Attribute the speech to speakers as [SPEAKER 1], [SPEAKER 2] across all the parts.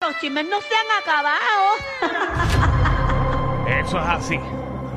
[SPEAKER 1] los chismes no se han acabado.
[SPEAKER 2] Eso es así.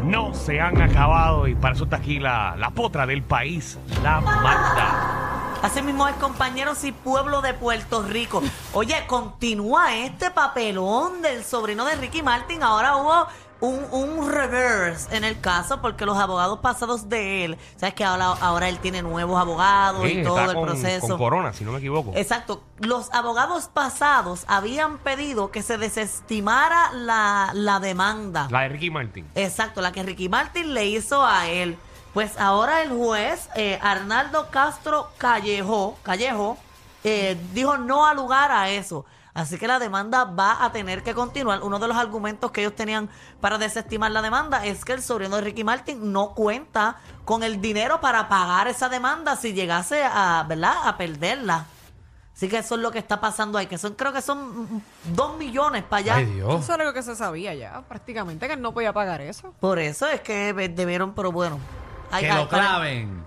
[SPEAKER 2] No se han acabado y para eso está aquí la, la potra del país, la Magda.
[SPEAKER 3] Así mismo es, compañeros y pueblo de Puerto Rico. Oye, continúa este papelón del sobrino de Ricky Martin. Ahora hubo un, un reverse en el caso porque los abogados pasados de él, sabes que ahora, ahora él tiene nuevos abogados
[SPEAKER 4] Sí,
[SPEAKER 3] y todo
[SPEAKER 4] está
[SPEAKER 3] el
[SPEAKER 4] con-
[SPEAKER 3] proceso.
[SPEAKER 4] Con corona, si no me equivoco.
[SPEAKER 3] Exacto. Los abogados pasados habían pedido que se desestimara la, la demanda.
[SPEAKER 4] La de Ricky Martin.
[SPEAKER 3] Exacto, la que Ricky Martin le hizo a él. Pues ahora el juez, eh, Arnaldo Castro Callejo, Callejo eh, dijo no al lugar a eso. Así que la demanda va a tener que continuar. Uno de los argumentos que ellos tenían para desestimar la demanda es que el sobrino de Ricky Martin no cuenta con el dinero para pagar esa demanda si llegase a, ¿verdad? a perderla. Así que eso es lo que está pasando ahí, que son, creo que son mm, dos millones para allá.
[SPEAKER 4] Ay,
[SPEAKER 5] Oh.
[SPEAKER 4] Dios.
[SPEAKER 6] Eso era lo que se sabía ya, prácticamente, que él no podía pagar eso.
[SPEAKER 3] Por eso es que ve- debieron, pero bueno. Ay,
[SPEAKER 5] que
[SPEAKER 3] ay,
[SPEAKER 5] lo
[SPEAKER 3] para-
[SPEAKER 5] claven.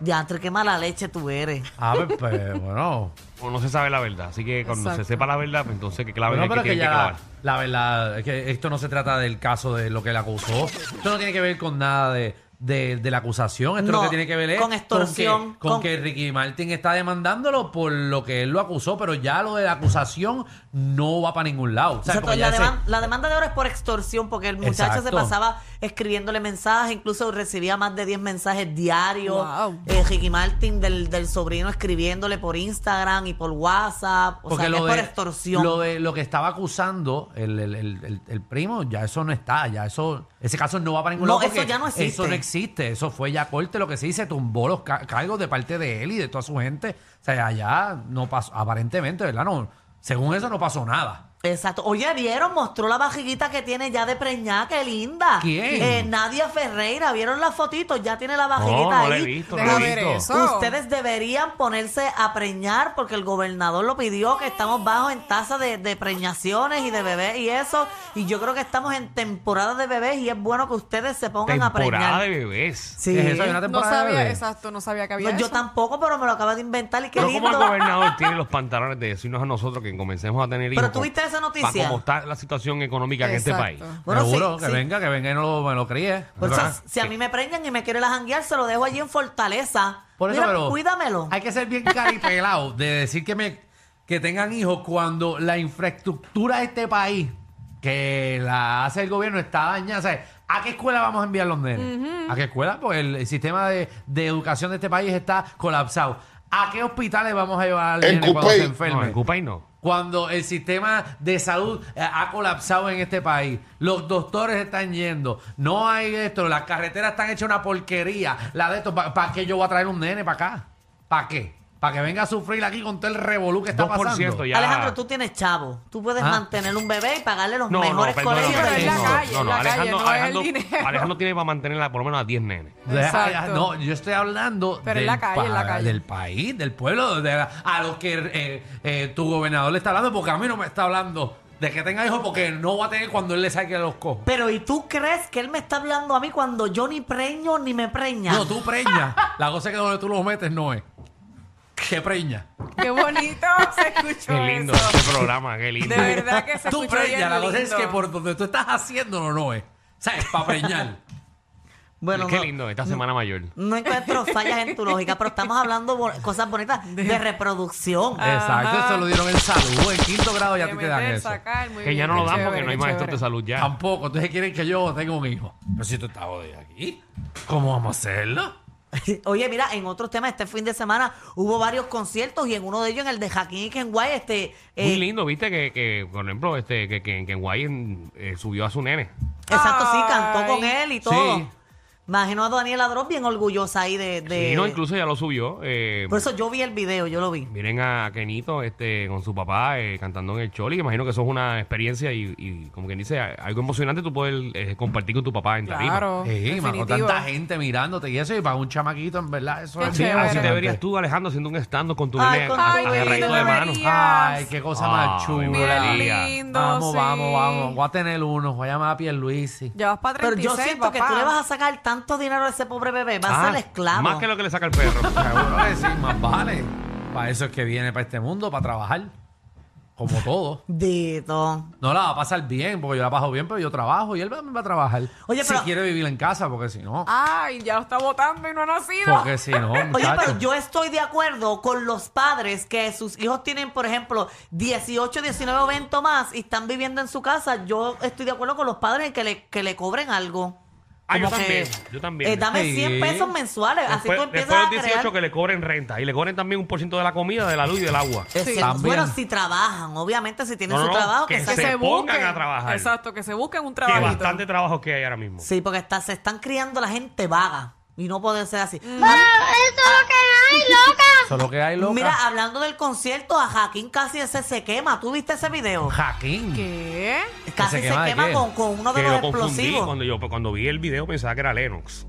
[SPEAKER 3] Diantre, qué mala leche tú eres.
[SPEAKER 5] A ver, pues, bueno.
[SPEAKER 4] O no se sabe la verdad. Así que cuando se
[SPEAKER 6] Exacto.
[SPEAKER 4] sepa la verdad, pues entonces que claven
[SPEAKER 5] Bueno,
[SPEAKER 4] el
[SPEAKER 5] pero que
[SPEAKER 4] tienen
[SPEAKER 5] ya, la verdad, es que esto no se trata del caso de lo que le acusó. Esto no tiene que ver con nada de, de- de la acusación. Esto
[SPEAKER 3] No,
[SPEAKER 5] lo que tiene que ver es
[SPEAKER 3] con extorsión,
[SPEAKER 5] Con que, con
[SPEAKER 3] con-
[SPEAKER 5] que Ricky Martin está demandándolo por lo que él lo acusó, pero ya lo de la acusación no va para ningún lado. O sea,
[SPEAKER 3] Exacto,
[SPEAKER 5] como ya
[SPEAKER 3] la,
[SPEAKER 5] ese-
[SPEAKER 3] deman- la demanda de ahora es por extorsión, porque el muchacho se
[SPEAKER 5] Exacto.
[SPEAKER 3] pasaba escribiéndole mensajes, incluso recibía más de 10 mensajes diarios.
[SPEAKER 6] Wow.
[SPEAKER 3] Eh, Ricky Martin del, del sobrino escribiéndole por Instagram y por WhatsApp. O sea,
[SPEAKER 5] porque
[SPEAKER 3] que
[SPEAKER 5] lo,
[SPEAKER 3] es
[SPEAKER 5] de,
[SPEAKER 3] por extorsión.
[SPEAKER 5] lo de lo que estaba acusando el, el- el- el- el primo, ya eso no está, ya eso, ese caso no va para ningún
[SPEAKER 3] No,
[SPEAKER 5] lado.
[SPEAKER 3] eso
[SPEAKER 5] porque
[SPEAKER 3] ya no existe.
[SPEAKER 5] Eso no existe, eso fue ya corte, lo que sí se tumbó los ca- cargos de parte de él y de toda su gente. O sea, allá no pasó, aparentemente, ¿verdad? No, según eso no pasó nada.
[SPEAKER 3] Exacto. Oye, ¿vieron? Mostró la bajiguita que tiene ya de preñada, qué linda.
[SPEAKER 5] ¿Quién?
[SPEAKER 3] Eh, Nadia Ferreira, ¿vieron las fotitos? Ya tiene la bajiguita
[SPEAKER 4] No, no la
[SPEAKER 3] ahí.
[SPEAKER 4] he visto, no
[SPEAKER 6] Deja
[SPEAKER 4] la
[SPEAKER 6] ver
[SPEAKER 4] he visto.
[SPEAKER 6] eso.
[SPEAKER 3] Ustedes deberían ponerse a preñar porque el gobernador lo pidió, que estamos bajos en tasa de, de preñaciones y de bebés y eso. Y yo creo que estamos en temporada de bebés y es bueno que ustedes se pongan a
[SPEAKER 4] Temporada
[SPEAKER 3] preñar.
[SPEAKER 4] de bebés.
[SPEAKER 3] Sí.
[SPEAKER 5] ¿Qué es eso? ¿Hay una
[SPEAKER 6] No
[SPEAKER 5] temporada de
[SPEAKER 6] sabía,
[SPEAKER 5] bebé?
[SPEAKER 6] exacto, no sabía que había
[SPEAKER 3] No, yo
[SPEAKER 6] eso.
[SPEAKER 3] tampoco, pero me lo acaba de inventar y qué
[SPEAKER 4] Pero como el
[SPEAKER 3] lindo.
[SPEAKER 4] gobernador tiene los pantalones de decirnos a nosotros que comencemos a tener hijos.
[SPEAKER 3] Pero tuviste esa noticia.
[SPEAKER 4] Para cómo está la situación económica en este país.
[SPEAKER 6] Exacto.
[SPEAKER 3] Bueno,
[SPEAKER 5] Seguro,
[SPEAKER 3] sí,
[SPEAKER 5] que ah,
[SPEAKER 3] sí.
[SPEAKER 5] venga, que venga y no lo, me lo críe.
[SPEAKER 3] Por eso,
[SPEAKER 5] ¿verdad?
[SPEAKER 3] si a mí me preñan y me quieren las janguear, se lo dejo allí en Fortaleza.
[SPEAKER 5] Por eso,
[SPEAKER 3] Mira,
[SPEAKER 5] pero
[SPEAKER 3] cuídamelo.
[SPEAKER 5] Hay que ser bien caripelado de decir que me que tengan hijos cuando la infraestructura de este país que la hace el gobierno está dañada. O sea, ¿a qué escuela vamos a enviar los nenes? ¿A qué escuela? Porque el, el sistema de, de educación de este país está colapsado. ¿A qué hospitales vamos a llevar al
[SPEAKER 7] En
[SPEAKER 5] nene cuando
[SPEAKER 7] Cupey.
[SPEAKER 5] se
[SPEAKER 4] No, en
[SPEAKER 5] enferme?
[SPEAKER 4] Cupay no.
[SPEAKER 5] Cuando el sistema de salud eh, ha colapsado en este país, los doctores están yendo, no hay esto, las carreteras están hechas una porquería, la de esto, ¿para qué yo voy a traer un nene para acá? ¿Para qué? ¿Para que venga a sufrir aquí con todo el revolú que está
[SPEAKER 4] 2%
[SPEAKER 5] pasando?
[SPEAKER 4] ya.
[SPEAKER 3] Alejandro, tú tienes chavo. Tú puedes
[SPEAKER 5] Ah.
[SPEAKER 3] mantener un bebé y pagarle los
[SPEAKER 4] No, no,
[SPEAKER 3] mejores
[SPEAKER 4] perdón,
[SPEAKER 3] colegios
[SPEAKER 6] Pero
[SPEAKER 3] del
[SPEAKER 6] es la
[SPEAKER 3] mundo.
[SPEAKER 6] calle,
[SPEAKER 4] no, no,
[SPEAKER 6] es la
[SPEAKER 4] Alejandro,
[SPEAKER 6] calle, no es el
[SPEAKER 4] Alejandro,
[SPEAKER 6] dinero.
[SPEAKER 4] Alejandro tiene para mantenerla por lo menos a 10 nenes.
[SPEAKER 5] Deja-
[SPEAKER 6] Exacto.
[SPEAKER 5] ah, no, yo estoy hablando
[SPEAKER 6] Pero en la calle, en la
[SPEAKER 5] pa-
[SPEAKER 6] calle.
[SPEAKER 5] del país, del pueblo, de- a los que eh, eh, tu gobernador le está hablando, porque a mí no me está hablando de que tenga hijos, porque no va a tener cuando él le saque los cojos.
[SPEAKER 3] Pero ¿y tú crees que él me está hablando a mí cuando yo ni preño ni me preña?
[SPEAKER 5] No, tú preñas. La cosa es que donde tú los metes no es. ¿Qué preña?
[SPEAKER 6] Qué bonito se escuchó
[SPEAKER 4] Qué lindo
[SPEAKER 6] eso.
[SPEAKER 4] este programa, qué lindo.
[SPEAKER 6] De verdad que se
[SPEAKER 5] Tú
[SPEAKER 6] escuchó
[SPEAKER 5] preñas.
[SPEAKER 6] bien
[SPEAKER 5] La cosa es
[SPEAKER 6] lindo.
[SPEAKER 5] que por donde tú estás haciéndolo no es. ¿Sabes? Para preñar.
[SPEAKER 3] bueno,
[SPEAKER 4] qué
[SPEAKER 3] no,
[SPEAKER 4] lindo, esta semana mayor.
[SPEAKER 3] no encuentro fallas en tu lógica, pero estamos hablando bo- cosas bonitas de reproducción.
[SPEAKER 6] Ah.
[SPEAKER 5] Exacto. Eso lo dieron en salud. En quinto grado ya a ti te
[SPEAKER 6] meter,
[SPEAKER 5] dan eso.
[SPEAKER 6] sacar, muy
[SPEAKER 4] Que ya
[SPEAKER 6] bien,
[SPEAKER 4] no lo
[SPEAKER 6] qué
[SPEAKER 4] dan porque
[SPEAKER 6] chévere,
[SPEAKER 4] no hay
[SPEAKER 6] qué
[SPEAKER 4] maestros de
[SPEAKER 6] chévere.
[SPEAKER 4] salud ya.
[SPEAKER 5] Tampoco. Entonces quieren que yo tenga un hijo. Pero si tú estás jodido aquí, ¿cómo vamos a hacerlo?
[SPEAKER 3] Oye, mira, en otros temas, este fin de semana hubo varios conciertos y en uno de ellos, en el de Jaquín y Kenway, este... eh,
[SPEAKER 4] Muy lindo, viste, que, que, por ejemplo, este, que, que, que en Guay eh, subió a su nene.
[SPEAKER 3] Exacto, sí, cantó
[SPEAKER 6] Ay.
[SPEAKER 3] con él y todo.
[SPEAKER 5] Sí.
[SPEAKER 3] Imagino a Daniela Droz bien orgullosa ahí de... de-
[SPEAKER 4] Sí, no, incluso ya lo subió. eh,
[SPEAKER 3] Por eso yo vi el video, yo lo vi.
[SPEAKER 4] Miren a Kenito este, con su papá eh, cantando en el Choli. Imagino que eso es una experiencia y, y, como quien dice, a- algo emocionante tú poder eh, compartir con tu papá en tarima.
[SPEAKER 6] Claro.
[SPEAKER 5] Sí, mano,
[SPEAKER 6] definitivo.
[SPEAKER 5] tanta gente mirándote y eso, y para un chamaquito, en verdad, eso
[SPEAKER 6] Qué
[SPEAKER 5] es
[SPEAKER 4] Sí,
[SPEAKER 6] chévere.
[SPEAKER 4] así te verías tú, Alejandro, haciendo un stand con tu
[SPEAKER 3] Ay,
[SPEAKER 4] nene
[SPEAKER 3] con
[SPEAKER 4] a-
[SPEAKER 3] tu
[SPEAKER 4] a-
[SPEAKER 6] nene.
[SPEAKER 4] agarradito de mano.
[SPEAKER 5] Ay, qué cosa más
[SPEAKER 4] Ay,
[SPEAKER 5] chula.
[SPEAKER 4] María.
[SPEAKER 6] Bien lindo,
[SPEAKER 5] Vamos,
[SPEAKER 6] sí.
[SPEAKER 5] vamos, vamos. Voy a tener uno. Voy a llamar a Pierluisi.
[SPEAKER 6] Ya vas para
[SPEAKER 3] Pero
[SPEAKER 6] 36,
[SPEAKER 3] yo siento que tú
[SPEAKER 6] papá.
[SPEAKER 3] le vas a sacar tanto dinero a ese pobre bebé, va a
[SPEAKER 4] Ah,
[SPEAKER 3] ser esclavo.
[SPEAKER 4] Más que lo que le saca el perro.
[SPEAKER 5] Seguro que sí, más vale. Para eso es que viene para este mundo, para trabajar. como todo.
[SPEAKER 3] Dito.
[SPEAKER 5] No la va a pasar bien, porque yo la paso bien, pero yo trabajo y él me va a trabajar.
[SPEAKER 3] Oye, pero-
[SPEAKER 5] Si quiere vivir en casa, porque si no.
[SPEAKER 6] Ay, ya lo está votando y no ha nacido.
[SPEAKER 5] Porque si no,
[SPEAKER 3] Oye,
[SPEAKER 5] muchacho.
[SPEAKER 3] pero yo estoy de acuerdo con los padres que sus hijos tienen, por ejemplo, 18, 19 o 20 más y están viviendo en su casa. Yo estoy de acuerdo con los padres en que le, que le cobren algo.
[SPEAKER 4] Ah, yo
[SPEAKER 3] Como que,
[SPEAKER 4] también, yo también.
[SPEAKER 3] eh, dame
[SPEAKER 5] Sí.
[SPEAKER 3] 100 pesos mensuales. así tú
[SPEAKER 4] Después, después
[SPEAKER 3] empiezas
[SPEAKER 4] de
[SPEAKER 3] a
[SPEAKER 4] los
[SPEAKER 3] crear...
[SPEAKER 4] 18 que le cobren renta y le cobren también un por ciento de la comida, de la luz y del agua.
[SPEAKER 3] Es
[SPEAKER 6] Sí.
[SPEAKER 3] cierto.
[SPEAKER 5] También.
[SPEAKER 3] Bueno, si trabajan, obviamente, si tienen
[SPEAKER 4] No,
[SPEAKER 3] su
[SPEAKER 4] no,
[SPEAKER 3] trabajo, que,
[SPEAKER 4] que
[SPEAKER 3] saquen-
[SPEAKER 4] se pongan a trabajar.
[SPEAKER 6] Exacto, que se busquen un
[SPEAKER 4] Que
[SPEAKER 6] trabajito.
[SPEAKER 4] bastante trabajo que hay ahora mismo.
[SPEAKER 3] Sí, porque está- se están criando la gente vaga y no puede ser así.
[SPEAKER 5] Mm.
[SPEAKER 1] ¡Eso es lo que hay, loca!
[SPEAKER 5] Solo que hay loca.
[SPEAKER 3] Mira, hablando del concierto, a Jaquín casi ese se quema. ¿Tú viste ese video?
[SPEAKER 5] Jaquín.
[SPEAKER 6] ¿Qué?
[SPEAKER 3] Casi se
[SPEAKER 5] se quema
[SPEAKER 3] quema,
[SPEAKER 5] de qué?
[SPEAKER 3] con, con uno de
[SPEAKER 4] Que
[SPEAKER 3] los
[SPEAKER 4] lo confundí
[SPEAKER 3] explosivos.
[SPEAKER 4] cuando yo cuando vi el video pensaba que era Lennox.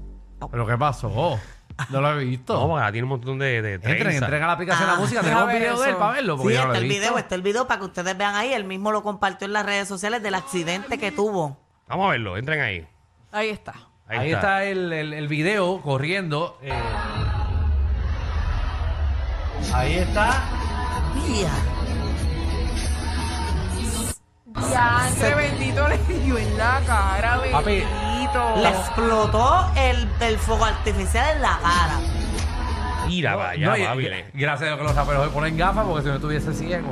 [SPEAKER 5] ¿Pero qué pasó? No lo he
[SPEAKER 3] Oh.
[SPEAKER 4] No,
[SPEAKER 5] visto.
[SPEAKER 4] porque ahora tiene un montón de, de
[SPEAKER 5] Entren,
[SPEAKER 4] trenzas.
[SPEAKER 5] entren a la aplicación de
[SPEAKER 3] Ah,
[SPEAKER 5] la música.
[SPEAKER 6] deja
[SPEAKER 5] Tenemos un
[SPEAKER 6] ver
[SPEAKER 5] video de él
[SPEAKER 6] eso.
[SPEAKER 5] para verlo, porque
[SPEAKER 3] Sí,
[SPEAKER 5] yo no lo
[SPEAKER 3] está
[SPEAKER 5] he
[SPEAKER 3] el
[SPEAKER 5] visto.
[SPEAKER 3] video, está el video para que ustedes vean ahí. Él mismo lo compartió en las redes sociales del accidente que tuvo.
[SPEAKER 4] Vamos a verlo, entren ahí.
[SPEAKER 6] Ahí está.
[SPEAKER 4] Ahí,
[SPEAKER 5] Ahí
[SPEAKER 4] está.
[SPEAKER 5] está el, el- el video corriendo. eh. Ahí está.
[SPEAKER 3] Tía,
[SPEAKER 6] Sangre bendito le dio en la cara,
[SPEAKER 5] Papi,
[SPEAKER 6] bendito.
[SPEAKER 3] Le explotó el, el fuego artificial en la cara.
[SPEAKER 4] Mira, vaya,
[SPEAKER 5] No, y-
[SPEAKER 4] papi,
[SPEAKER 5] gra-
[SPEAKER 4] le-
[SPEAKER 5] gracias a Dios que los raperos hoy ponen gafas porque si no estuviese ciego.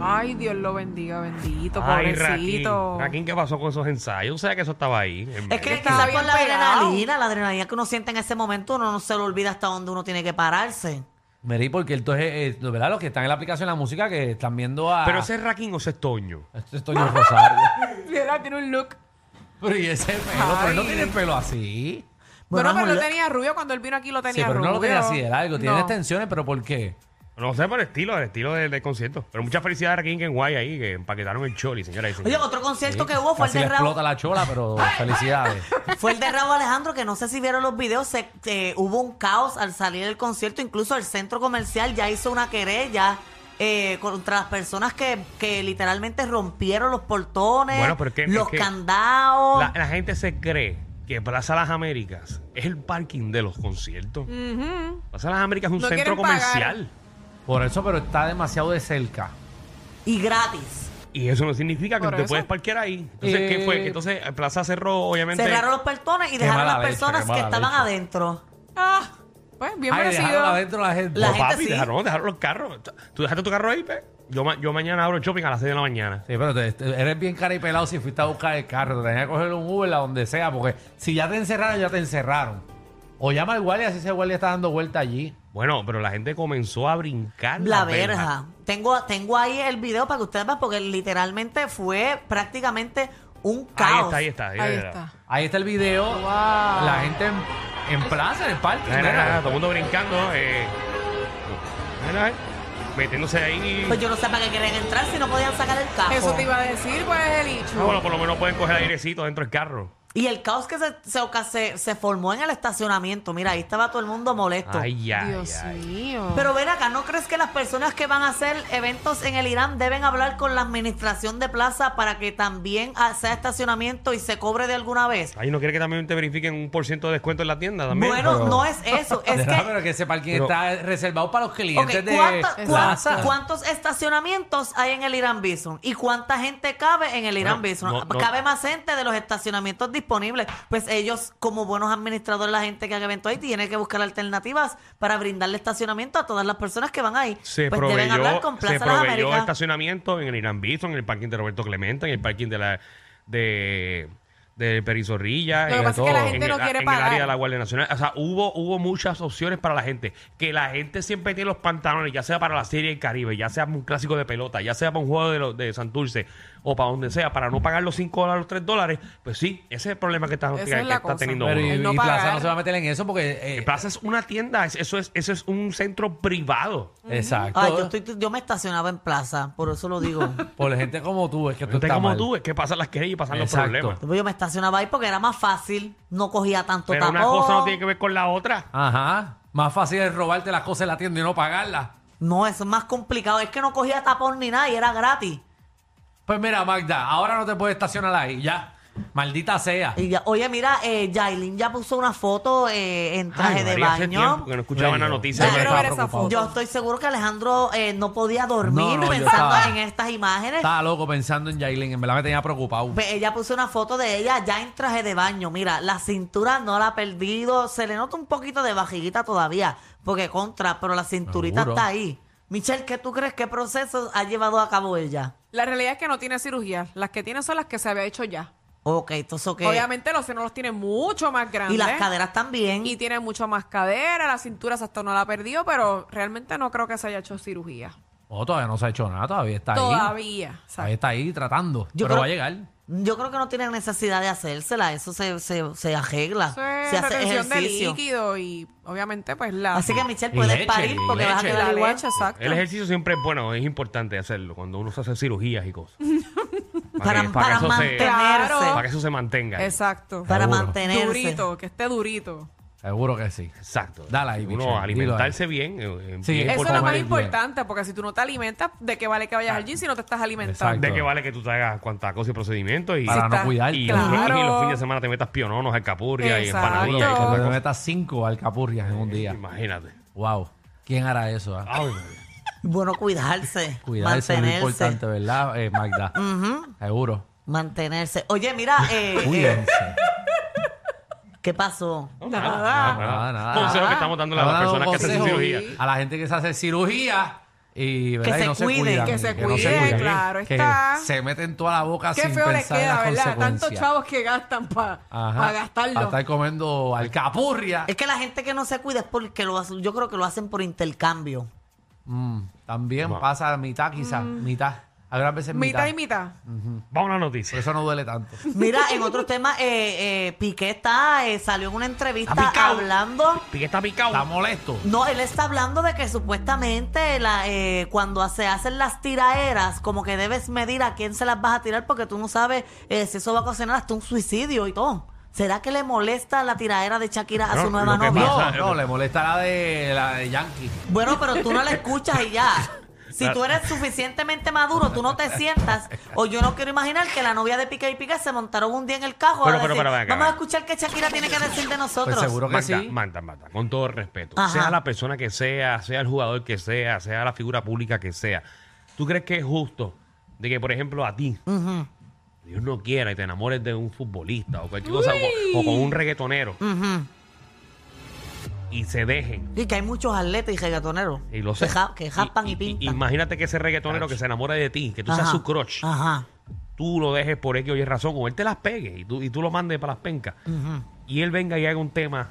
[SPEAKER 6] Ay, Dios lo bendiga, bendito,
[SPEAKER 4] Ay, Raquín.
[SPEAKER 6] pobrecito.
[SPEAKER 4] Raquín, ¿qué pasó con esos ensayos? O sea, que eso estaba ahí. en
[SPEAKER 3] Es que
[SPEAKER 4] medio.
[SPEAKER 6] estaba
[SPEAKER 3] quizás con
[SPEAKER 6] bien
[SPEAKER 3] la
[SPEAKER 6] pegado.
[SPEAKER 3] adrenalina, la adrenalina que uno siente en ese momento, uno no se le olvida hasta dónde uno tiene que pararse.
[SPEAKER 5] Meri, porque entonces, eh, de ¿verdad? Los que están en la aplicación de la música que están viendo a.
[SPEAKER 4] Pero ese es Raquín o ese es Toño.
[SPEAKER 5] Este es Toño Rosario.
[SPEAKER 6] Mira, tiene un look.
[SPEAKER 5] pero y ese pelo, pero él no
[SPEAKER 6] Ay.
[SPEAKER 5] tiene el pelo así.
[SPEAKER 3] Bueno,
[SPEAKER 6] Bueno, pero lo
[SPEAKER 3] Julio-
[SPEAKER 6] tenía rubio cuando él vino aquí, lo
[SPEAKER 5] Sí,
[SPEAKER 6] tenía
[SPEAKER 5] pero
[SPEAKER 6] rubio.
[SPEAKER 5] no lo tiene así de largo. Tiene este-
[SPEAKER 6] No.
[SPEAKER 5] extensiones, pero ¿por qué?
[SPEAKER 4] No sé por el estilo, el estilo del, del concierto. Pero mucha felicidad a Raquín que en Guay ahí, que empaquetaron el choli, señora.
[SPEAKER 3] Oye, otro concierto que hubo fue el
[SPEAKER 5] Casi
[SPEAKER 3] de
[SPEAKER 5] le
[SPEAKER 3] Raúl.
[SPEAKER 5] explota la chola, pero felicidades.
[SPEAKER 3] Fue el de Raúl Alejandro, que no sé si vieron los videos, se- eh, hubo un caos al salir del concierto, incluso el centro comercial ya hizo una querella eh, contra las personas que, que literalmente rompieron los portones,
[SPEAKER 4] Bueno, pero es que-
[SPEAKER 3] los
[SPEAKER 4] es que
[SPEAKER 3] candados.
[SPEAKER 4] La, la gente se cree que Plaza Las Américas es el parking de los conciertos.
[SPEAKER 6] Ujú.
[SPEAKER 4] Plaza Las Américas es un
[SPEAKER 6] No
[SPEAKER 4] centro
[SPEAKER 6] quieren pagar.
[SPEAKER 4] comercial.
[SPEAKER 5] Por eso, pero está demasiado de cerca.
[SPEAKER 3] Y gratis.
[SPEAKER 4] Y eso no significa que
[SPEAKER 6] Por
[SPEAKER 4] te
[SPEAKER 6] eso.
[SPEAKER 4] puedes parquear ahí. Entonces, ¿qué
[SPEAKER 5] Eh.
[SPEAKER 4] fue? Entonces, Plaza cerró, obviamente.
[SPEAKER 3] Cerraron los portones y
[SPEAKER 5] Qué
[SPEAKER 3] dejaron a
[SPEAKER 5] mala
[SPEAKER 3] las
[SPEAKER 5] leche,
[SPEAKER 3] personas
[SPEAKER 5] qué
[SPEAKER 3] que
[SPEAKER 5] mala
[SPEAKER 3] estaban
[SPEAKER 5] leche.
[SPEAKER 3] adentro.
[SPEAKER 6] Ah, pues bien
[SPEAKER 5] Ay,
[SPEAKER 6] merecido.
[SPEAKER 5] dejaron adentro la gente.
[SPEAKER 3] La
[SPEAKER 4] No,
[SPEAKER 3] gente
[SPEAKER 4] papi,
[SPEAKER 3] sí.
[SPEAKER 4] dejaron, dejaron los carros. Tú dejaste tu carro ahí, pe. Yo, ma- yo mañana abro el shopping a las 6 de la mañana.
[SPEAKER 5] Sí, pero te- te- eres bien cara y pelado si fuiste a buscar el carro. Te tenías que coger un Uber a donde sea, porque si ya te encerraron, ya te encerraron. O llama al guardia si ese guardia está dando vuelta allí.
[SPEAKER 4] Bueno, pero la gente comenzó a brincar
[SPEAKER 3] La verja. Tengo, tengo ahí el video para que ustedes vean, porque literalmente fue prácticamente un
[SPEAKER 4] Ahí
[SPEAKER 3] caos.
[SPEAKER 4] está, ahí está. Ahí,
[SPEAKER 6] Ahí
[SPEAKER 4] está.
[SPEAKER 6] está.
[SPEAKER 5] Ahí está el video. La gente en, en plaza, en el parque.
[SPEAKER 4] Mira, mira,
[SPEAKER 5] mira.
[SPEAKER 4] mira, todo el mundo brincando. Eh, mira, eh, metiéndose ahí.
[SPEAKER 3] Pues yo no sé para qué querían entrar si no podían sacar el cajo.
[SPEAKER 6] Eso te iba a decir, pues es el
[SPEAKER 4] Ah,
[SPEAKER 6] hecho.
[SPEAKER 4] bueno, por lo menos pueden coger airecito dentro del carro.
[SPEAKER 3] Y el caos que se, se, oca- se- se formó en el estacionamiento. Mira, ahí estaba todo el mundo molesto.
[SPEAKER 4] Ay, ya.
[SPEAKER 6] Dios mío.
[SPEAKER 3] Pero ven acá, ¿no crees que las personas que van a hacer eventos en el Irán deben hablar con la administración de plaza para que también ah, sea estacionamiento y se cobre de alguna vez?
[SPEAKER 4] Ahí no quiere que también te verifiquen un por ciento de descuento en la tienda también.
[SPEAKER 3] Bueno,
[SPEAKER 5] pero-
[SPEAKER 3] no es eso. Es
[SPEAKER 5] Deja,
[SPEAKER 3] que,
[SPEAKER 5] pero que ese parking
[SPEAKER 4] Pero-
[SPEAKER 5] está reservado para los
[SPEAKER 3] ok,
[SPEAKER 5] clientes de
[SPEAKER 3] ¿cuánto- cuán-
[SPEAKER 5] plaza.
[SPEAKER 3] ¿cuántos estacionamientos hay en el Irán Bison? ¿Y cuánta gente cabe en el Irán
[SPEAKER 4] Bueno,
[SPEAKER 3] Bison? Ah,
[SPEAKER 4] no- no-
[SPEAKER 3] Cabe más gente de los estacionamientos disponibles. Pues ellos, como buenos administradores, la gente que haga evento ahí, tiene que buscar alternativas para brindarle estacionamiento a todas las personas que van ahí.
[SPEAKER 4] se
[SPEAKER 3] pues deben
[SPEAKER 4] proveyó,
[SPEAKER 3] hablar con
[SPEAKER 4] se
[SPEAKER 3] Plaza Las
[SPEAKER 4] proveyó
[SPEAKER 3] Américas.
[SPEAKER 4] estacionamiento en el Irán Bison, en el parking de Roberto Clemente, en el parking de la de, de Perizorrilla,
[SPEAKER 6] Lo que
[SPEAKER 4] en,
[SPEAKER 6] pasa es que la
[SPEAKER 4] todo.
[SPEAKER 6] gente
[SPEAKER 4] En
[SPEAKER 6] no
[SPEAKER 4] el-
[SPEAKER 6] quiere
[SPEAKER 4] en
[SPEAKER 6] pagar.
[SPEAKER 4] el área de la Guardia Nacional. O sea, hubo, hubo muchas opciones para la gente. Que la gente siempre tiene los pantalones, ya sea para la Serie del Caribe, ya sea para un clásico de pelota, ya sea para un juego de, los- de Santurce o para donde sea, para no pagar los 5 dólares, los 3 dólares. Pues sí, ese es el problema que está,
[SPEAKER 6] Esa
[SPEAKER 4] que,
[SPEAKER 6] es
[SPEAKER 4] que
[SPEAKER 6] la
[SPEAKER 4] está
[SPEAKER 6] cosa.
[SPEAKER 4] teniendo
[SPEAKER 5] Pero
[SPEAKER 4] uno.
[SPEAKER 5] y,
[SPEAKER 6] El no
[SPEAKER 5] y plaza
[SPEAKER 6] pagar.
[SPEAKER 5] no se va a meter en eso porque. eh,
[SPEAKER 4] Plaza es una tienda, es- eso es, eso es un centro privado.
[SPEAKER 5] Exacto.
[SPEAKER 3] Ay, yo, estoy- yo me estacionaba en plaza, por eso lo digo.
[SPEAKER 5] Por gente como tú, es que tú
[SPEAKER 4] Gente
[SPEAKER 5] estás
[SPEAKER 4] como
[SPEAKER 5] mal.
[SPEAKER 4] tú, eh. es que pasan las querellas y pasan
[SPEAKER 5] Exacto.
[SPEAKER 4] los problemas.
[SPEAKER 3] yo me estacionaba ahí porque era más fácil, no cogía tanto
[SPEAKER 4] Pero
[SPEAKER 3] tapón.
[SPEAKER 4] una cosa no tiene que ver con la otra.
[SPEAKER 5] Ajá. Más fácil es robarte las cosas en la tienda y no pagarlas.
[SPEAKER 3] No, eso es más complicado. Es que no cogía tapón ni nada y era gratis.
[SPEAKER 5] Pues mira, Magda, ahora no te puedes estacionar ahí, ya. Maldita sea.
[SPEAKER 3] Y ya- oye, mira, eh, Yailin ya puso una foto eh, en traje
[SPEAKER 4] Ay,
[SPEAKER 3] de
[SPEAKER 4] María, hace tiempo
[SPEAKER 3] baño.
[SPEAKER 4] que no escuchaba
[SPEAKER 5] Bueno,
[SPEAKER 4] una noticia.
[SPEAKER 6] Ya,
[SPEAKER 4] de
[SPEAKER 6] quiero
[SPEAKER 4] verdad.
[SPEAKER 6] ver esa
[SPEAKER 5] preocupado.
[SPEAKER 6] foto.
[SPEAKER 3] Yo estoy seguro que Alejandro eh, no podía dormir
[SPEAKER 5] No, no, yo
[SPEAKER 3] pensando
[SPEAKER 5] estaba-
[SPEAKER 3] en estas imágenes.
[SPEAKER 5] Estaba loco pensando en Jailin. En verdad me tenía preocupado.
[SPEAKER 3] Ve, Ella puso una foto de ella ya en traje de baño. Mira, la cintura no la ha perdido. Se le nota un poquito de bajiguita todavía. Porque contra, pero la cinturita
[SPEAKER 5] Seguro.
[SPEAKER 3] está ahí. Michelle, ¿qué tú crees? ¿Qué proceso ha llevado a cabo ella?
[SPEAKER 6] La realidad es que no tiene cirugía. Las que tiene son las que se había hecho ya.
[SPEAKER 3] Ok, entonces ok.
[SPEAKER 6] Obviamente los senos los tiene mucho más grandes.
[SPEAKER 3] Y las caderas también.
[SPEAKER 6] Y tiene mucho más cadera, la cintura hasta no la perdió, pero realmente no creo que se haya hecho cirugía.
[SPEAKER 5] No, todavía no se ha hecho nada. Todavía está ahí.
[SPEAKER 6] Todavía. o sea,
[SPEAKER 5] Todavía está ahí tratando.
[SPEAKER 3] Yo
[SPEAKER 5] pero
[SPEAKER 3] creo-
[SPEAKER 5] va a llegar.
[SPEAKER 3] Yo creo que no tienen necesidad de hacérsela. Eso se, se, se arregla.
[SPEAKER 6] eso es
[SPEAKER 3] se hace
[SPEAKER 6] retención de
[SPEAKER 3] ejercicio.
[SPEAKER 6] líquido y obviamente pues la,
[SPEAKER 3] Así que Michelle
[SPEAKER 5] Y
[SPEAKER 3] puedes
[SPEAKER 5] leche,
[SPEAKER 3] parir
[SPEAKER 5] y
[SPEAKER 3] porque vas a
[SPEAKER 5] leche.
[SPEAKER 3] quedar
[SPEAKER 6] la
[SPEAKER 3] igual.
[SPEAKER 6] leche, exacto.
[SPEAKER 4] El ejercicio siempre es bueno, es importante hacerlo cuando uno se hace cirugías y cosas.
[SPEAKER 3] Para,
[SPEAKER 4] que-
[SPEAKER 3] para,
[SPEAKER 4] para que eso se-
[SPEAKER 3] mantenerse.
[SPEAKER 6] Claro.
[SPEAKER 4] para que eso se mantenga.
[SPEAKER 6] Exacto.
[SPEAKER 3] Para
[SPEAKER 5] Seguro.
[SPEAKER 3] mantenerse.
[SPEAKER 6] Durito, que esté durito.
[SPEAKER 5] Seguro que sí.
[SPEAKER 4] Exacto.
[SPEAKER 5] Dale ahí,
[SPEAKER 4] Uno
[SPEAKER 5] Michelle,
[SPEAKER 4] alimentarse bien. eh, eh,
[SPEAKER 5] Sí,
[SPEAKER 4] bien
[SPEAKER 5] Es
[SPEAKER 6] Eso es
[SPEAKER 5] por
[SPEAKER 6] lo
[SPEAKER 5] comer
[SPEAKER 6] más
[SPEAKER 5] bien.
[SPEAKER 6] importante, porque si tú no te alimentas, ¿de qué vale que vayas allí si no te estás alimentando?
[SPEAKER 4] ¿De qué vale que tú te hagas cuántas cosas y procedimientos? Y,
[SPEAKER 5] Para
[SPEAKER 6] Si
[SPEAKER 5] no
[SPEAKER 6] está-
[SPEAKER 5] cuidarte.
[SPEAKER 4] y,
[SPEAKER 6] claro.
[SPEAKER 4] los, fines- y los fines de semana te metas piononos, alcapurria y
[SPEAKER 6] Exacto.
[SPEAKER 4] empanadillas. y
[SPEAKER 6] Seguro.
[SPEAKER 5] Que
[SPEAKER 4] todas
[SPEAKER 5] te
[SPEAKER 4] esas
[SPEAKER 5] metas cinco alcapurrias en un
[SPEAKER 4] cosas.
[SPEAKER 5] día.
[SPEAKER 4] Imagínate.
[SPEAKER 5] Wow. ¿Quién hará eso? ah?
[SPEAKER 4] Ay, madre.
[SPEAKER 3] Bueno, cuidarse.
[SPEAKER 5] Cuidarse es lo
[SPEAKER 3] mantenerse.
[SPEAKER 5] importante, ¿verdad, eh, Magda?
[SPEAKER 6] Mm.
[SPEAKER 5] Seguro.
[SPEAKER 3] Mantenerse. Oye, mira, eh, eh,
[SPEAKER 5] Cuídense.
[SPEAKER 3] ¿qué pasó?
[SPEAKER 5] Ah,
[SPEAKER 6] Nada.
[SPEAKER 5] Nada, nada.
[SPEAKER 4] Consejo que estamos dándole a las
[SPEAKER 5] Estamos
[SPEAKER 4] personas
[SPEAKER 5] dando
[SPEAKER 4] que se hacen
[SPEAKER 5] consejos
[SPEAKER 4] cirugía.
[SPEAKER 5] A la gente que se hace cirugía. Y, ¿verdad?
[SPEAKER 3] se
[SPEAKER 5] y no
[SPEAKER 3] cuiden,
[SPEAKER 5] se cuidan,
[SPEAKER 6] que se
[SPEAKER 5] no
[SPEAKER 6] cuiden,
[SPEAKER 5] cuidan.
[SPEAKER 6] claro
[SPEAKER 5] que
[SPEAKER 6] está.
[SPEAKER 5] se meten toda la boca
[SPEAKER 6] Qué
[SPEAKER 5] ah. sin
[SPEAKER 6] feo les
[SPEAKER 5] pensar en
[SPEAKER 6] queda,
[SPEAKER 5] las
[SPEAKER 6] ¿verdad? Tantos
[SPEAKER 5] consecuencias.
[SPEAKER 6] chavos que gastan para
[SPEAKER 5] Ajá.
[SPEAKER 6] gastarlo.
[SPEAKER 5] Para estar comiendo alcapurria.
[SPEAKER 3] Es que la gente que no se cuida es porque lo, hace- yo creo que lo hacen por intercambio.
[SPEAKER 5] Mm, también
[SPEAKER 4] No.
[SPEAKER 5] pasa mitad, quizás.
[SPEAKER 3] Mm.
[SPEAKER 5] Mitad. Algunas veces mitad.
[SPEAKER 6] mitad y mitad.
[SPEAKER 4] Vamos a la
[SPEAKER 5] Por
[SPEAKER 4] noticia.
[SPEAKER 5] eso no duele tanto.
[SPEAKER 3] Mira, en otro tema, eh, eh, Piqué está, eh, salió en una entrevista
[SPEAKER 4] Está picado.
[SPEAKER 3] hablando.
[SPEAKER 4] Piqué está picado.
[SPEAKER 5] Está molesto.
[SPEAKER 3] No, él está hablando de que supuestamente la, eh, cuando se hacen las tiraderas, como que debes medir a quién se las vas a tirar porque tú no sabes eh, si eso va a ocasionar hasta un suicidio y todo. ¿Será que le molesta la tiradera de Shakira a
[SPEAKER 4] No,
[SPEAKER 3] su nueva
[SPEAKER 4] lo que
[SPEAKER 3] novia?
[SPEAKER 4] pasa-
[SPEAKER 5] No, no, le molesta la de, la de Yankee.
[SPEAKER 3] Bueno, pero tú no la escuchas y ya. Si tú eres suficientemente maduro, tú no te sientas. O yo no quiero imaginar que la novia de Piqué y Piqué se montaron un día en el cajo a
[SPEAKER 4] Pero, pero,
[SPEAKER 3] decir,
[SPEAKER 4] pero, ven acá.
[SPEAKER 3] vamos a escuchar qué Shakira tiene que decir de nosotros.
[SPEAKER 5] Pues seguro que
[SPEAKER 4] Magda,
[SPEAKER 5] sí.
[SPEAKER 4] Magda, Magda, con todo respeto.
[SPEAKER 3] Ajá.
[SPEAKER 4] Sea la persona que sea, sea el jugador que sea, sea la figura pública que sea. ¿Tú crees que es justo de que, por ejemplo, a ti, Dios no quiera, y te enamores de un futbolista o cualquier cosa, o, o con un reggaetonero,
[SPEAKER 3] Ujú.
[SPEAKER 4] y se dejen?
[SPEAKER 3] Y que hay muchos atletas y reggaetoneros
[SPEAKER 4] Y lo sé.
[SPEAKER 3] que, ja- que japan y, pintan.
[SPEAKER 4] Imagínate que ese reggaetonero que se enamora de ti, que tú
[SPEAKER 3] Ajá.
[SPEAKER 4] seas su crush,
[SPEAKER 3] Ajá.
[SPEAKER 4] tú lo dejes por X o Y razón, o él te las pegue y tú, y tú lo mandes para las pencas.
[SPEAKER 3] Ujú.
[SPEAKER 4] y él venga y haga un tema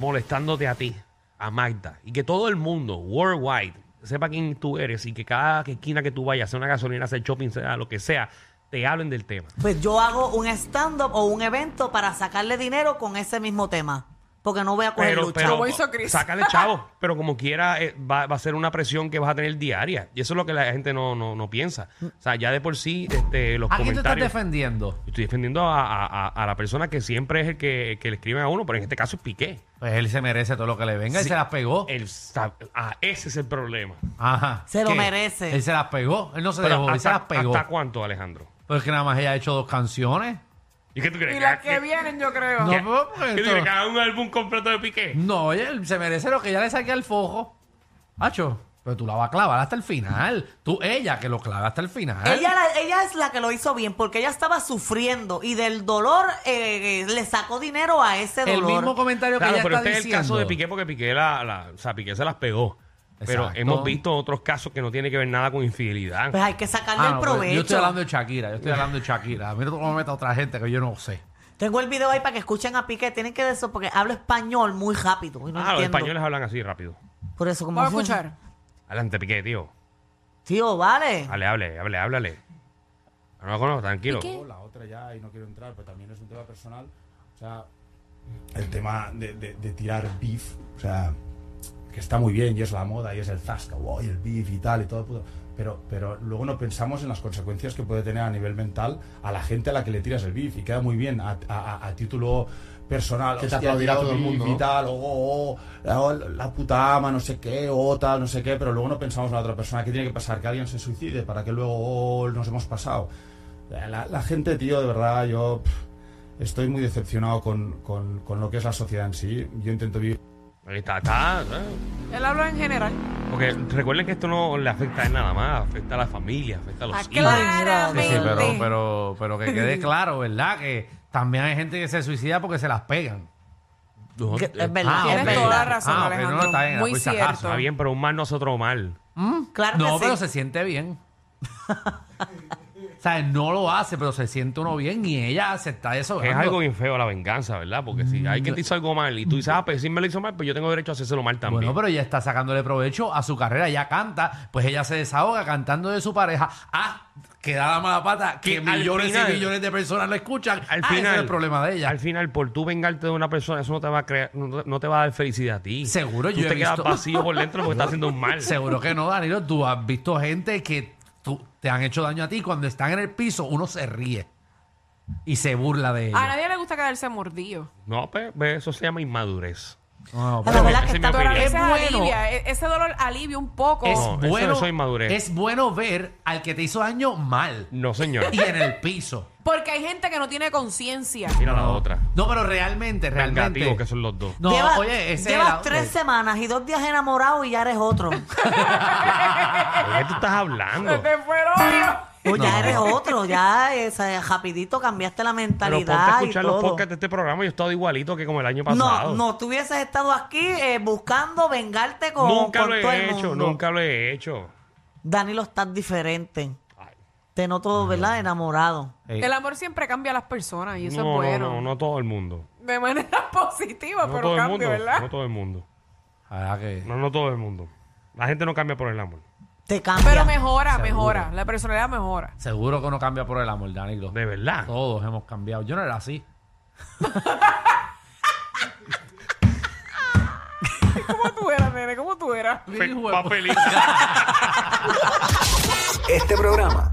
[SPEAKER 4] molestándote a ti, a Magda, y que todo el mundo, worldwide, sepa quién tú eres y que cada esquina que tú vayas, sea una gasolina, sea shopping, sea lo que sea, te hablen del tema.
[SPEAKER 3] Pues yo hago un stand-up o un evento para sacarle dinero con ese mismo tema. Porque no voy a coger lucha.
[SPEAKER 6] Como hizo Chris.
[SPEAKER 4] sácale chavo, pero como quiera eh, va, va a ser una presión que vas a tener diaria. Y eso es lo que la gente no, no, no piensa. O sea, ya de por sí, este, los
[SPEAKER 5] ¿A quién tú estás
[SPEAKER 4] comentarios...
[SPEAKER 5] defendiendo?
[SPEAKER 4] Estoy defendiendo a, a- a- a la persona que siempre es el que, que le escriben a uno, pero en este caso es Piqué.
[SPEAKER 5] Pues él se merece todo lo que le venga y
[SPEAKER 4] Sí.
[SPEAKER 5] se las pegó.
[SPEAKER 4] Él sa- ah, ese es el problema.
[SPEAKER 5] Ajá.
[SPEAKER 3] Se lo
[SPEAKER 5] ¿Qué?
[SPEAKER 3] merece.
[SPEAKER 5] Él se las pegó. Él no se
[SPEAKER 4] Pero
[SPEAKER 5] dejó, él se
[SPEAKER 4] hasta-
[SPEAKER 5] las pegó.
[SPEAKER 4] ¿Hasta cuánto, Alejandro?
[SPEAKER 5] Porque nada más ella ha hecho dos canciones.
[SPEAKER 4] ¿Y qué tú crees?
[SPEAKER 6] Y las
[SPEAKER 4] ¿Que-
[SPEAKER 6] que vienen, yo creo.
[SPEAKER 5] eh. No,
[SPEAKER 4] que-
[SPEAKER 5] pero porque
[SPEAKER 4] ¿Qué tú
[SPEAKER 5] esto-
[SPEAKER 4] crees? ¿Que haga un álbum completo de Piqué?
[SPEAKER 5] No, oye, él se merece lo que ella le saque al fojo. Hacho, pero tú la vas a clavar hasta el final. Tú, ella, que lo clava hasta el final.
[SPEAKER 3] Ella, la- ella es la que lo hizo bien porque ella estaba sufriendo y del dolor eh, eh, le sacó dinero a ese
[SPEAKER 5] el
[SPEAKER 3] dolor.
[SPEAKER 5] mismo comentario
[SPEAKER 4] Claro,
[SPEAKER 5] que ella
[SPEAKER 4] pero
[SPEAKER 5] está
[SPEAKER 4] este es el
[SPEAKER 5] diciendo.
[SPEAKER 4] caso de Piqué porque Piqué, la, la- o sea, Piqué se las pegó. Pero
[SPEAKER 5] Exacto.
[SPEAKER 4] hemos visto otros casos que no tiene que ver nada con infidelidad.
[SPEAKER 3] Pues hay que sacarle
[SPEAKER 5] Ah,
[SPEAKER 3] el
[SPEAKER 5] no, pero
[SPEAKER 3] provecho.
[SPEAKER 5] yo estoy hablando de Shakira, yo estoy hablando de Shakira. Mira cómo mete a otra gente que yo no sé.
[SPEAKER 3] Tengo el video ahí para que escuchen a Piqué. Tienen que de eso porque hablo español muy rápido. y no
[SPEAKER 4] ah, los
[SPEAKER 3] entiendo.
[SPEAKER 4] españoles hablan así rápido.
[SPEAKER 3] Por eso, como.
[SPEAKER 6] Vamos a escuchar.
[SPEAKER 4] Adelante, Piqué, tío.
[SPEAKER 3] Tío, vale.
[SPEAKER 4] Hable, hable, hable, háblale. No lo conozco, tranquilo.
[SPEAKER 7] o la otra ya y no quiero entrar, pero también es un tema personal. O sea, el tema de, de- de tirar beef, o sea, que está muy bien y es la moda y es el zasca, wow, y el beef y tal y todo. puto. Pero, pero luego no pensamos en las consecuencias que puede tener a nivel mental a la gente a la que le tiras el beef y queda muy bien a, a- a- a título personal.
[SPEAKER 8] Que te
[SPEAKER 7] hostia,
[SPEAKER 8] aplaudirá
[SPEAKER 7] tira tu
[SPEAKER 8] todo el
[SPEAKER 7] beef
[SPEAKER 8] mundo,
[SPEAKER 7] y
[SPEAKER 8] ¿no?
[SPEAKER 7] tal, o oh, oh, la, la puta ama, no sé qué, o tal, no sé qué, pero luego no pensamos en la otra persona que tiene que pasar, que alguien se suicide para que luego oh, nos hemos pasado. La, la gente, tío, de verdad, yo pff, estoy muy decepcionado con, con- con lo que es la sociedad en sí. Yo intento vivir
[SPEAKER 4] Ahí está, está. ¿eh?
[SPEAKER 6] Él habla en general.
[SPEAKER 4] Porque recuerden que esto no le afecta a él nada más, afecta a la familia, afecta a los
[SPEAKER 6] Ah,
[SPEAKER 4] hijos.
[SPEAKER 5] Sí, sí,
[SPEAKER 6] claramente.
[SPEAKER 5] pero, pero, pero que quede claro, ¿verdad? Que también hay gente que se suicida porque se las pegan.
[SPEAKER 4] No,
[SPEAKER 3] Que-
[SPEAKER 4] eh,
[SPEAKER 3] es verdad,
[SPEAKER 5] Ah,
[SPEAKER 6] Tienes
[SPEAKER 3] es
[SPEAKER 6] toda la
[SPEAKER 3] verdad.
[SPEAKER 6] razón,
[SPEAKER 5] Ah, ok,
[SPEAKER 6] Alejandro.
[SPEAKER 5] no, está bien,
[SPEAKER 6] Muy
[SPEAKER 5] pues, si
[SPEAKER 6] cierto.
[SPEAKER 5] acaso,
[SPEAKER 4] Está bien, pero un mal no es otro mal.
[SPEAKER 3] Claro que
[SPEAKER 5] No,
[SPEAKER 3] sí.
[SPEAKER 5] pero se siente bien. o sea, no lo hace, pero se siente uno bien y ella acepta eso.
[SPEAKER 4] Que es
[SPEAKER 5] Alejandro.
[SPEAKER 4] algo bien feo la venganza, ¿verdad? Porque
[SPEAKER 5] Mm.
[SPEAKER 4] si hay quien te hizo algo mal y tú dices, ah, pues si me lo hizo mal, pues yo tengo derecho a hacérselo mal también.
[SPEAKER 5] Bueno, pero ella está sacándole provecho a su carrera, ya canta, pues ella se desahoga cantando de su pareja. Ah, que da la mala pata, que,
[SPEAKER 4] Que al
[SPEAKER 5] millones
[SPEAKER 4] final-
[SPEAKER 5] y millones de personas la escuchan.
[SPEAKER 4] al
[SPEAKER 5] Ah, ese
[SPEAKER 4] final,
[SPEAKER 5] es el problema de ella.
[SPEAKER 4] Al final, por tú vengarte de una persona, eso no te va a crear, no, no te va a dar felicidad a ti.
[SPEAKER 5] Seguro,
[SPEAKER 4] tú
[SPEAKER 5] yo
[SPEAKER 4] te
[SPEAKER 5] he
[SPEAKER 4] quedas
[SPEAKER 5] visto-
[SPEAKER 4] vacío por dentro porque estás haciendo un mal.
[SPEAKER 5] Seguro que no, Danilo. Tú has visto gente que tú- te han hecho daño a ti. Cuando están en el piso, uno se ríe y se burla de ellos.
[SPEAKER 6] A nadie le gusta quedarse mordido.
[SPEAKER 4] No, pues, pues, eso se llama inmadurez.
[SPEAKER 5] No,
[SPEAKER 3] A la verdad
[SPEAKER 4] esa
[SPEAKER 3] que
[SPEAKER 4] es mi
[SPEAKER 3] está
[SPEAKER 6] Pero a
[SPEAKER 4] opinión.
[SPEAKER 6] veces
[SPEAKER 5] Es bueno.
[SPEAKER 6] alivia. e- Ese dolor alivia un poco.
[SPEAKER 5] es
[SPEAKER 4] No, eso-
[SPEAKER 5] bueno,
[SPEAKER 4] eso es inmadurez.
[SPEAKER 5] es bueno ver al que te hizo daño mal
[SPEAKER 4] No, señor.
[SPEAKER 5] y en el piso.
[SPEAKER 6] Porque hay gente que no tiene conciencia.
[SPEAKER 4] Mira la otra.
[SPEAKER 5] No, pero realmente, realmente.
[SPEAKER 4] Vengativo, que son los dos.
[SPEAKER 5] No,
[SPEAKER 3] Lleva-
[SPEAKER 5] oye, ese
[SPEAKER 3] llevas
[SPEAKER 5] era-
[SPEAKER 3] tres semanas y dos días enamorado y ya eres otro. Pues
[SPEAKER 4] ¿De qué tú estás hablando?
[SPEAKER 6] Se te Este fue el odio.
[SPEAKER 3] Uy, ya
[SPEAKER 5] No.
[SPEAKER 3] eres otro, ya es, eh, rapidito cambiaste la
[SPEAKER 4] Pero ponte
[SPEAKER 3] mentalidad
[SPEAKER 4] a
[SPEAKER 3] y
[SPEAKER 4] escuchar los
[SPEAKER 3] todo.
[SPEAKER 4] podcasts de este programa. Yo he estado igualito que como el año pasado.
[SPEAKER 3] No, no, tú hubieses estado aquí eh, buscando vengarte con,
[SPEAKER 4] Nunca
[SPEAKER 3] con
[SPEAKER 4] lo
[SPEAKER 3] todo el
[SPEAKER 4] he hecho,
[SPEAKER 3] mundo.
[SPEAKER 4] nunca lo he hecho.
[SPEAKER 3] Danilo, estás diferente.
[SPEAKER 4] Ay.
[SPEAKER 3] Te noto, ¿verdad? Enamorado.
[SPEAKER 5] Ey.
[SPEAKER 6] El amor siempre cambia a las personas y eso
[SPEAKER 4] no,
[SPEAKER 6] es bueno.
[SPEAKER 4] no, no, no todo el mundo.
[SPEAKER 6] De manera positiva,
[SPEAKER 4] No
[SPEAKER 6] pero
[SPEAKER 4] todo el
[SPEAKER 6] cambia,
[SPEAKER 4] mundo.
[SPEAKER 6] ¿verdad?
[SPEAKER 4] No todo el mundo.
[SPEAKER 5] La verdad ah, que-
[SPEAKER 4] No, no todo el mundo. La gente no cambia por el amor.
[SPEAKER 3] Te cambia.
[SPEAKER 6] Pero mejora,
[SPEAKER 5] Seguro.
[SPEAKER 6] mejora. La personalidad mejora.
[SPEAKER 5] Seguro que uno cambia por el amor, Danilo.
[SPEAKER 4] De verdad.
[SPEAKER 5] Todos hemos cambiado. Yo no era así.
[SPEAKER 6] ¿Cómo tú eras, nene? ¿Cómo tú eras?
[SPEAKER 4] Pe-
[SPEAKER 5] Hijo de-
[SPEAKER 4] papelito.
[SPEAKER 8] Este programa